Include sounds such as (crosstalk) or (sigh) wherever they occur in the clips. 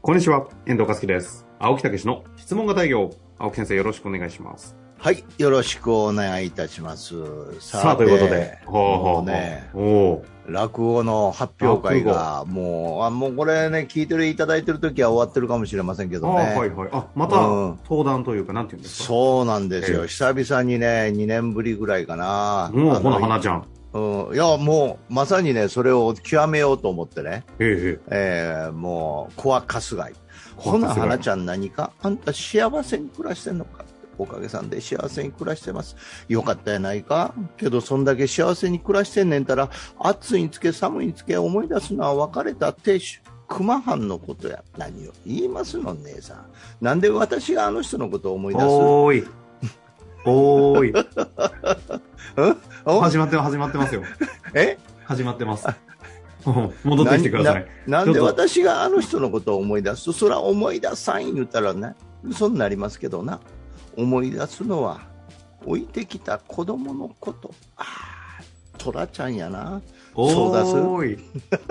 こんにちは、遠藤和樹です。青木武の質問型営業。青木先生、よろしくお願いします。はい、よろしくお願いいたします。さあ、ということで。もううね、う。おう落語の発表会が、もう、あ、もうこれね、聞いていただいてる時は終わってるかもしれませんけあどあ、はいね。はい。あ、まうんた、登壇というか、なんていうんですか。そうなんですえよ。久々にね、2年ぶりぐらいかな。もあのう、ほな、花ちゃん。うん。いや、もう、まさにね、それを極めようと思ってね。ええええー、もう、コアカスガイ。コアほカスガイな、花ちゃん何かあんた幸せに暮らしてんのかおかげさんで幸せに暮らしてます。よかったやないかけど、そんだけ幸せに暮らしてんねんたら、暑いにつけ寒いにつけ思い出すのは別れた亭主。熊藩のことや。何を言いますの、姉さん。なんで私があの人のことを思いえ。出すおおーい。おーい。お始まってます、始まってますよ。え始まってます。 (laughs) うん戻ってきてください。なちょんっでと私があの人のことを思い出すと、そら思い出さん言ったらね、嘘になりますけどな、思い出すのは、置いてきた子供のこと。ああ、トラちゃんやな。おーい。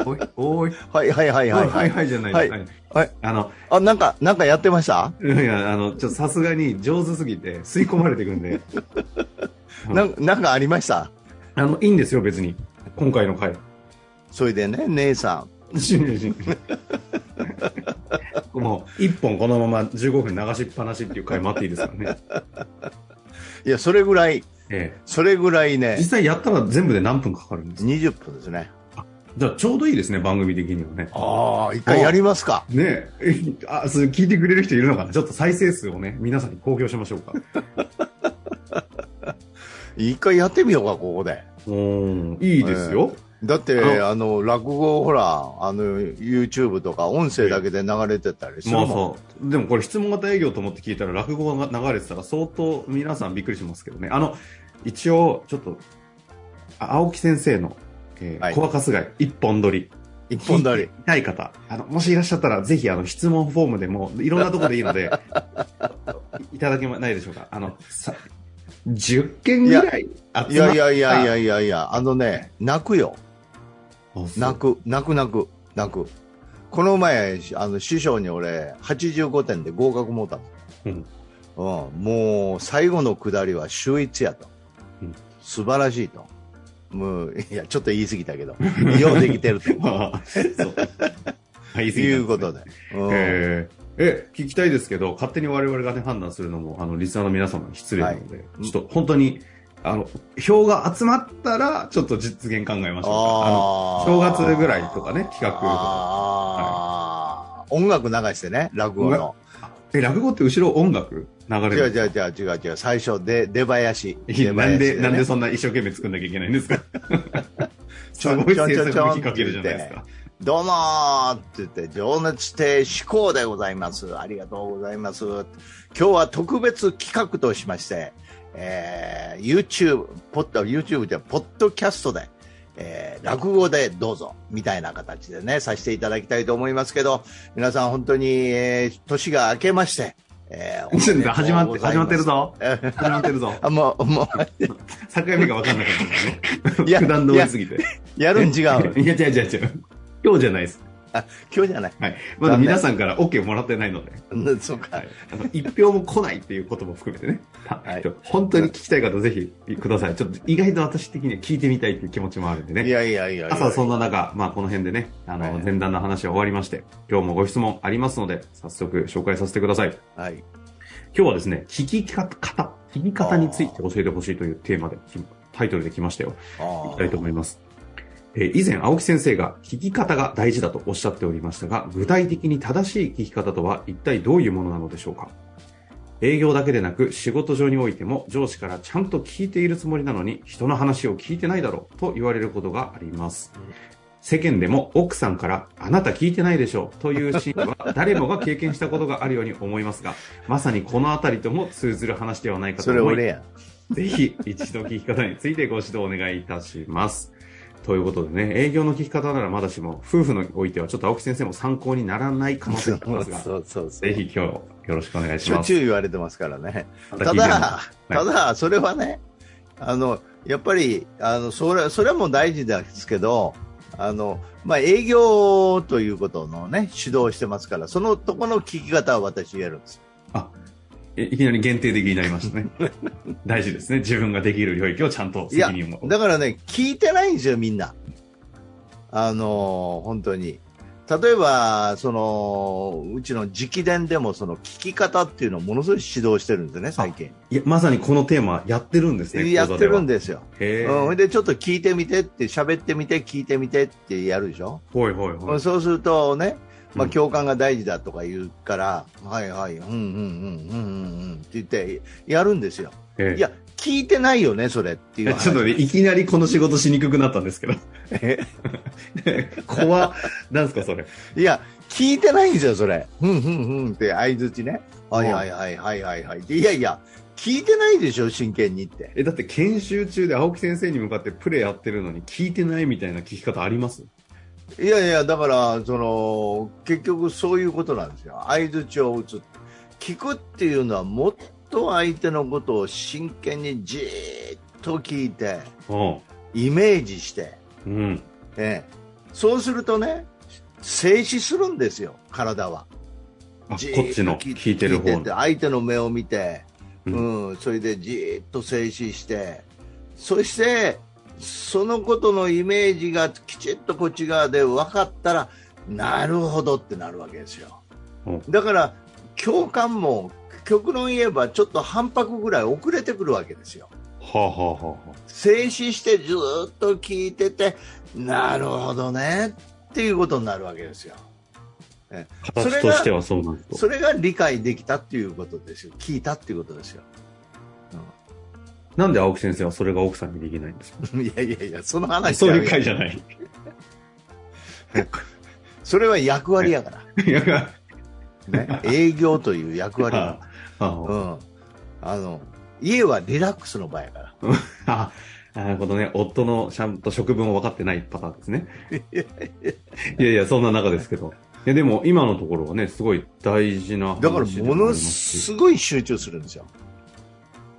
おい、おーい。はいはい (laughs) はいははいい。ははいい、はいじゃないはいはいはいあの、あ、なんか、なんかやってました、いや、あの、ちょっとさすがに上手すぎて吸い込まれていくんで、うんなんなんかありましたあの、いいんですよ、別に。今回の回。それでね、姉さしんしんもう、 (laughs) 一本このまま15分流しっぱなしっていう回待っていいです (laughs) からね。ん。いや、それぐらい、えそれぐらいえ。実ね、際やったら全部で何分かかるんですか20分ですね。じゃあ、ちょうどいいですね、番組的にはね。ああ、一回やりますか。ねえ、え (laughs) あ、それ聞いてくれる人いるのかなちょっと再生数をね、皆さんに公表しましょうか。一回やってみようか、ここで。おーいいですよ。だって、あのあの、落語、ほら、あの、YouTube とか音声だけで流れてたりするまもあそん。う。でもこれ質問型営業と思って聞いたら落語が流れてたら相当皆さんびっくりしますけどね。あの、一応、ちょっと、あ青木先生の、えはー、い小若すがい、一本撮り。一 (laughs) 本だり。聞きたい方、あの、もしいらっしゃったら、ぜひ、あの、質問フォームでも、いろんなところでいいの (laughs) で、いただけないでしょうか。あの、さ、10件ぐらい集まった。いやいやいやいやいやいや、あのね、泣くよ。あ、そう泣く、泣く泣く、泣く。この前、あの、師匠に俺、85点で合格もうたの。うんうんもう、最後の下りは秀逸やとうん。素晴らしいと。もう、いや、ちょっと言い過ぎたけど、ようできて (laughs) ると。ああ (laughs) そう。はい、ということで。うんえーえ、聞きたいですけど、勝手に我々がね、判断するのも、あの、リスナーの皆様に失礼なので、いちょっと本当に、あの、票が集まったら、ちょっと実現考えましょうか。ああーの、正月ぐらいとかね、企画とか。あー音楽流してね、落語の。え、落語って後ろ音楽流れ違うる違う違う違う違う、最初で、出囃子。いや (laughs) なんで、出囃子ねなんでそんな一生懸命作んなきゃいけないんですかすちょんごいちょん制ちょん作に引っかけるじゃないですか。どうもーって言って、情熱亭志向でございます。ありがとうございます。今日は特別企画としまして、えー、YouTube、ポッド、YouTube じゃ、ポッドキャストで、えー、落語でどうぞ、みたいな形でね、させていただきたいと思いますけど、皆さん本当に、えー、年が明けまして、えー、おめでとうございま (laughs) す始まって、始まってる。ぞ。え始まってるぞ。あ、もう、も境目が分かんなかったんいだやね。九段通りすぎて。う、やるん違う。 (laughs) いや、違う違う違う。今日じゃないです。今日じゃない。はい。まだ皆さんから OK もらってないので。うんそうか。はい。あの、一票も来ないっていうことも含めてね。はい本当に聞きたい方ぜひください。ちょっと意外と私的には聞いてみたいっていう気持ちもあるんでね。いやいやいやいや。朝はそんな中、まあ、この辺でね、あの、はい前段の話は終わりまして、今日もご質問ありますので、早速紹介させてください。はい。今日はですね、聞き方、聞き方について教えてほしいというテーマで、きタイトルで来ましたよ。あーいきたいと思います。えー以前、青木先生が聞き方が大事だとおっしゃっておりましたが、具体的に正しい聞き方とは一体どういうものなのでしょうか営業だけでなく仕事上においても上司からちゃんと聞いているつもりなのに人の話を聞いてないだろうと言われることがありますうん。世間でも奥さんからあなた聞いてないでしょうというシーン (laughs) は誰もが経験したことがあるように思いますが、まさにこのあたりとも通ずる話ではないかとそれ思い俺やん。ぜひ一度聞き方についてご指導お願いいたします。ということでね、営業の聞き方ならまだしも、夫婦においてはちょっと青木先生も参考にならない可能性そがうあり (laughs) ますが、ぜそうそうそう。ひ今日よろしくお願いししょまっす。ちゅう言われてますからね。また聞いてだね、、ただ、それはね、あの、やっぱり、あの、それ、それも大事ですけど、あの、まあ、営業ということのね、指導してますから、そのとこの聞き方は私やるんです。えいきなり限定的になりましたね。大事ですね。自分ができる領域をちゃんといや責任を持だからね、聞いてないんですよ、みんな。あの、本当に。例えば、その、うちの直伝でも、その聞き方っていうのをものすごい指導してるんですよね、最近。いや、まさにこのテーマやってるんですね。やってるんで。ですよ。へえ。うん、ほはいいでちょっと聞いてみてって、喋ってみて、聞いてみてってやるでしょ。はいはい。そうするとね、まうあ、ん共感が大事だとか言うから、はいはい、うんうんうんうんうんうんって言ってやるんですよ。ええいや、聞いてないよね、それっていいうや話。ちょっとね、いきなりこの仕事しにくくなったんですけど。え (laughs) 怖っなんすか、それ。いや、聞いてないんですよ、それ。うんうんうんって相づちね。はいはいはいはいはいはい。いやいや、聞いてないでしょ、真剣にって。え、だって研修中で青木先生に向かってプレーやってるのに聞いてないみたいな聞き方ありますいやいや、だから、その、結局そういうことなんですよ。相づちを打つ。聞くっていうのは、もっと相手のことを真剣にじーっと聞いて、うん。イメージして、うん。ええ、そうするとね、静止するんですよ、体は。あ、こっじーちのと聞いてる聞方いての。相手の目を見て、ううん、それでじーっと静止して、そして、そのことのイメージがきちっとこっち側で分かったら、なるほどってなるわけですようん。だから、共感も、極論言えばちょっと反拍ぐらい遅れてくるわけですよ。はあ、はあはあは静止してずーっと聞いてて、なるほどねっていうことになるわけですよ。あ、それ形がとしてはそうなんですと。それが理解できたっていうことですよ。聞いたっていうことですよ。なんで青木先生はそれが奥さんにできないんですかうん (laughs) いやいやいや、その話そういうじゃな回いじゃない。それは役割やかい (laughs) や、ら。 (laughs) ね、営業という役割あや。うあん。あの、家はリラックスの場やから。あ、なるほどね。夫のちゃんと職分を分かってないパターン (laughs) ですね。いやいや、そんな中ですけど。いや、でも今のところはね、すごい大事な話だから、でもありのますしすごい集中するんですよ。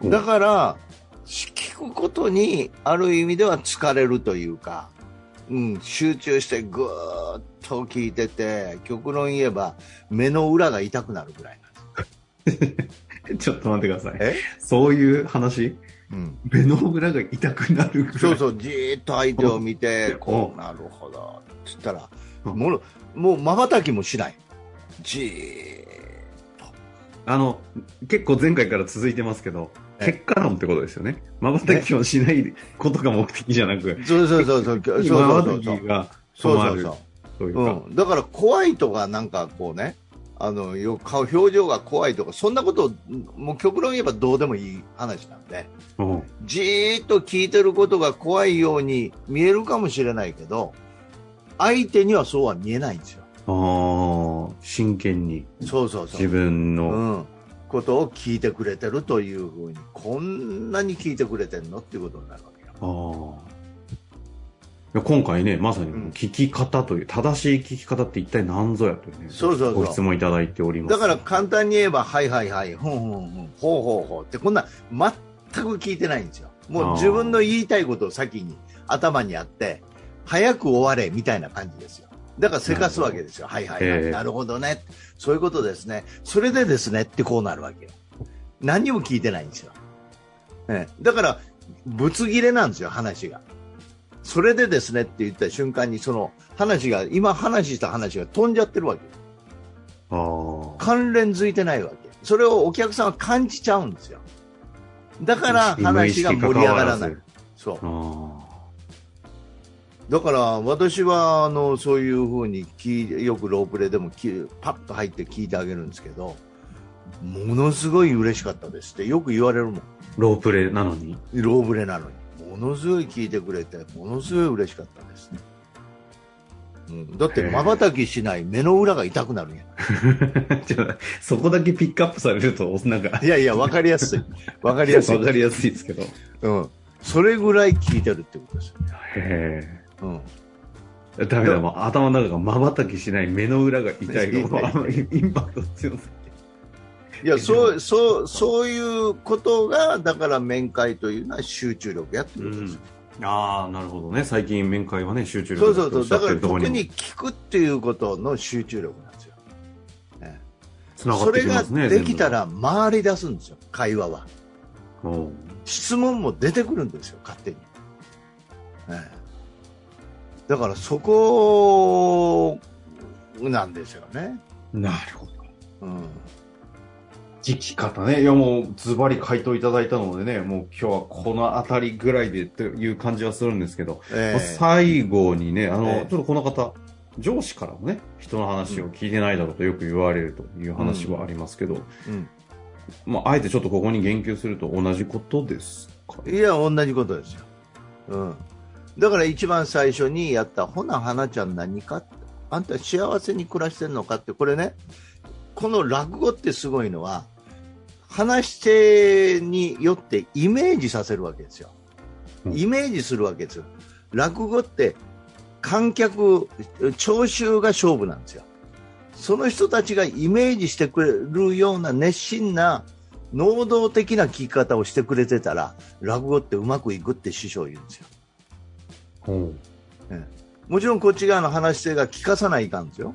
だから、聞くことに、ある意味では疲れるというか、うん、集中してぐーっと聞いてて、極論言えば、目の裏が痛くなるぐらいなんです。 (laughs) ちょっと待ってください。えそういう話うん。目の裏が痛くなるぐらい。そうそう、じーっと相手を見てお、こう、なるほど、って言ったら、うんもう、もう瞬きもしない。じあの、結構前回から続いてますけど、え結果論ってことですよね。瞬きをしないことが目的じゃなく、ーっと。そうそうそう (laughs) そう、そうそうそう瞬そうき。がそうそ止まうるそう。というか。うん、だから怖いとか、なんかこうね、あのよ顔表情が怖いとか、そんなこと、もう極論言えばどうでもいい話なんで、うんじーっと聞いてることが怖いように見えるかもしれないけど、相手にはそうは見えないんですよ。ああ、真剣にそうそうそ自う。分の、うんことを聞いてくれてるというふうに、こんなに聞いてくれてるのっていうことになるわけよ。ああ。いや今回ね、まさにうん聞き方という、正しい聞き方って一体何ぞやというね、そうそうそうご質問いただいております。だから簡単に言えば、はいはいはい、ふんふんふん、ほうほうほうって、こんな全く聞いてないんですよ。もう自分の言いたいことを先に頭にあって、早く終われみたいな感じですよ。だからせかすわけですよ。はいはいはい、ええなるほどね。そういうことですね。それでですねってこうなるわけよ。何にも聞いてないんですよ。ええだから、ぶつ切れなんですよ、話が。それでですねって言った瞬間に、その話が、今話した話が飛んじゃってるわけよ。ああ。関連づいてないわけ。それをお客さんは感じちゃうんですよ。だから無意話識が盛り上がらな関いわ。そうず。あだから私は、あの、そういうふうに聞い、よくロープレでも聞いパッと入って聞いてあげるんですけど、ものすごい嬉しかったですってよく言われるもん。あ。ロープレイなのに。ロープレなのに。ものすごい聞いてくれて、ものすごい嬉しかったですね。うん、だってへえ瞬きしない目の裏が痛くなるんや。 (laughs) ちょっとそこだけピックアップされると、なんかい、やいや、わかりやすい。わかりやす (laughs) いわ。かりやすいですけど。へうん。それぐらい聞いてるってことですよね。え。うん。ダメだ、もう頭の中が瞬きしない、目の裏が痛いが、もうあんまりインパクト強すいや、そう、そう、そういうことが、だから面会というのは集中力やってぎるることです。ああ、なるほどね。最近面会はね、集中力そうそとうそおっう。しゃだっかてらるところ特にもに聞くっていうことの集中力なんですよ。つながそってれきがますね。できたら。ら回り出すんですよ、会話は。おう質問も出てくるんですよ、勝手に。ええだからそこなんですよね。なるほど。うん、聞き方ね。いやもう、ズバリ回答いただいたのでね、もう今日はこのあたりぐらいでという感じはするんですけど、えまあえ最後にね、あの、ええちょっとこの方、上司からもね、人の話を聞いてないだろうとよく言われるという話はありますけど、うんまあ、あえてちょっとここに言及すると同じことですかねいや、同じことですよ。うん。だから一番最初にやった、ほな、花ちゃん何かあんた幸せに暮らしてんのかって、これね、この落語ってすごいのは、話し手によってイメージさせるわけですよ。うんイメージするわけですよ。落語って観客、聴衆が勝負なんですよ。その人たちがイメージしてくれるような熱心な、能動的な聞き方をしてくれてたら、落語ってうまくいくって師匠言うんですよ。うんもちろんこっち側の話し手が聞かさないかんですよ。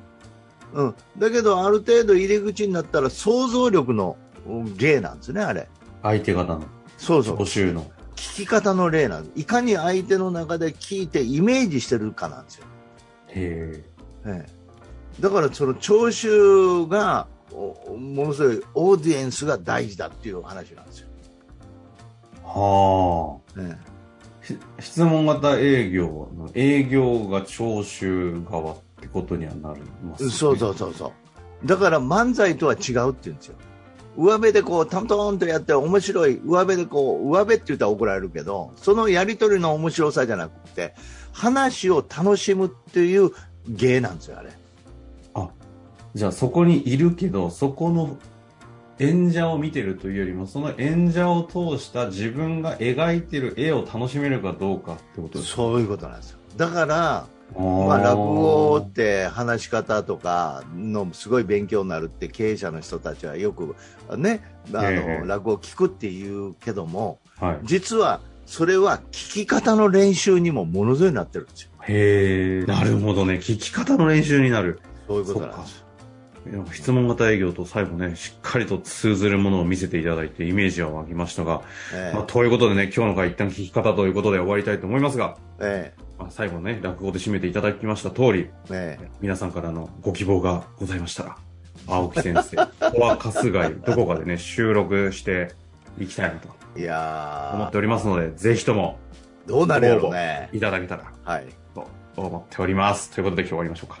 うん。だけど、ある程度入り口になったら想像力のうん芸なんですね、あれ。相手方の、そうそう。募集の。聞き方の例なんです。いかに相手の中で聞いてイメージしてるかなんですよ。へえ。ええ、だからその聴衆がおものすごいオーディエンスが大事だっていう話なんですよ。はあ。えし質問型営業の営業が聴衆側ってことにはなります、えね。そうそうそうそう。だから漫才とは違うって言うんですよ。上辺でこうタントンとやって面白い上辺でこう上辺って言ったら怒られるけどそのやり取りの面白さじゃなくて話を楽しむっていう芸なんですよあれ。じゃあそこにいるけど、そこの演者を見てるというよりも、その演者を通した自分が描いてる絵を楽しめるかどうかってことですかそういうことなんですよ。だからままあ、落語って話し方とかのすごい勉強になるって経営者の人たちはよく、ねあのええ落語を聞くっていうけどもはい。実はそれは聞き方の練習にもものすごいなってるんですよ。へえ、なるほどね。聞き方の練習になる。そういうことなんですいや質問型営業と最後ね、しっかりと通ずるものを見せていただいてイメージは湧きましたが、えまあ、ということでね、今日の回一旦聞き方ということで終わりたいと思いますが、ええまあ、最後ね、落語で締めていただきました通り、えええ皆さんからのご希望がございましたら、青木先生、ここは春日井、どこかでね、収録していきたいなとい思やっておりますので、ぜひともーどうなるやろうね。いただけたらはい、と思っております。ということで今日終わりましょうか。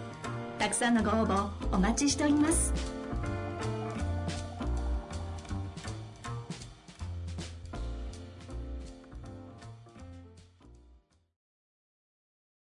たくさんのご応募お待ちしております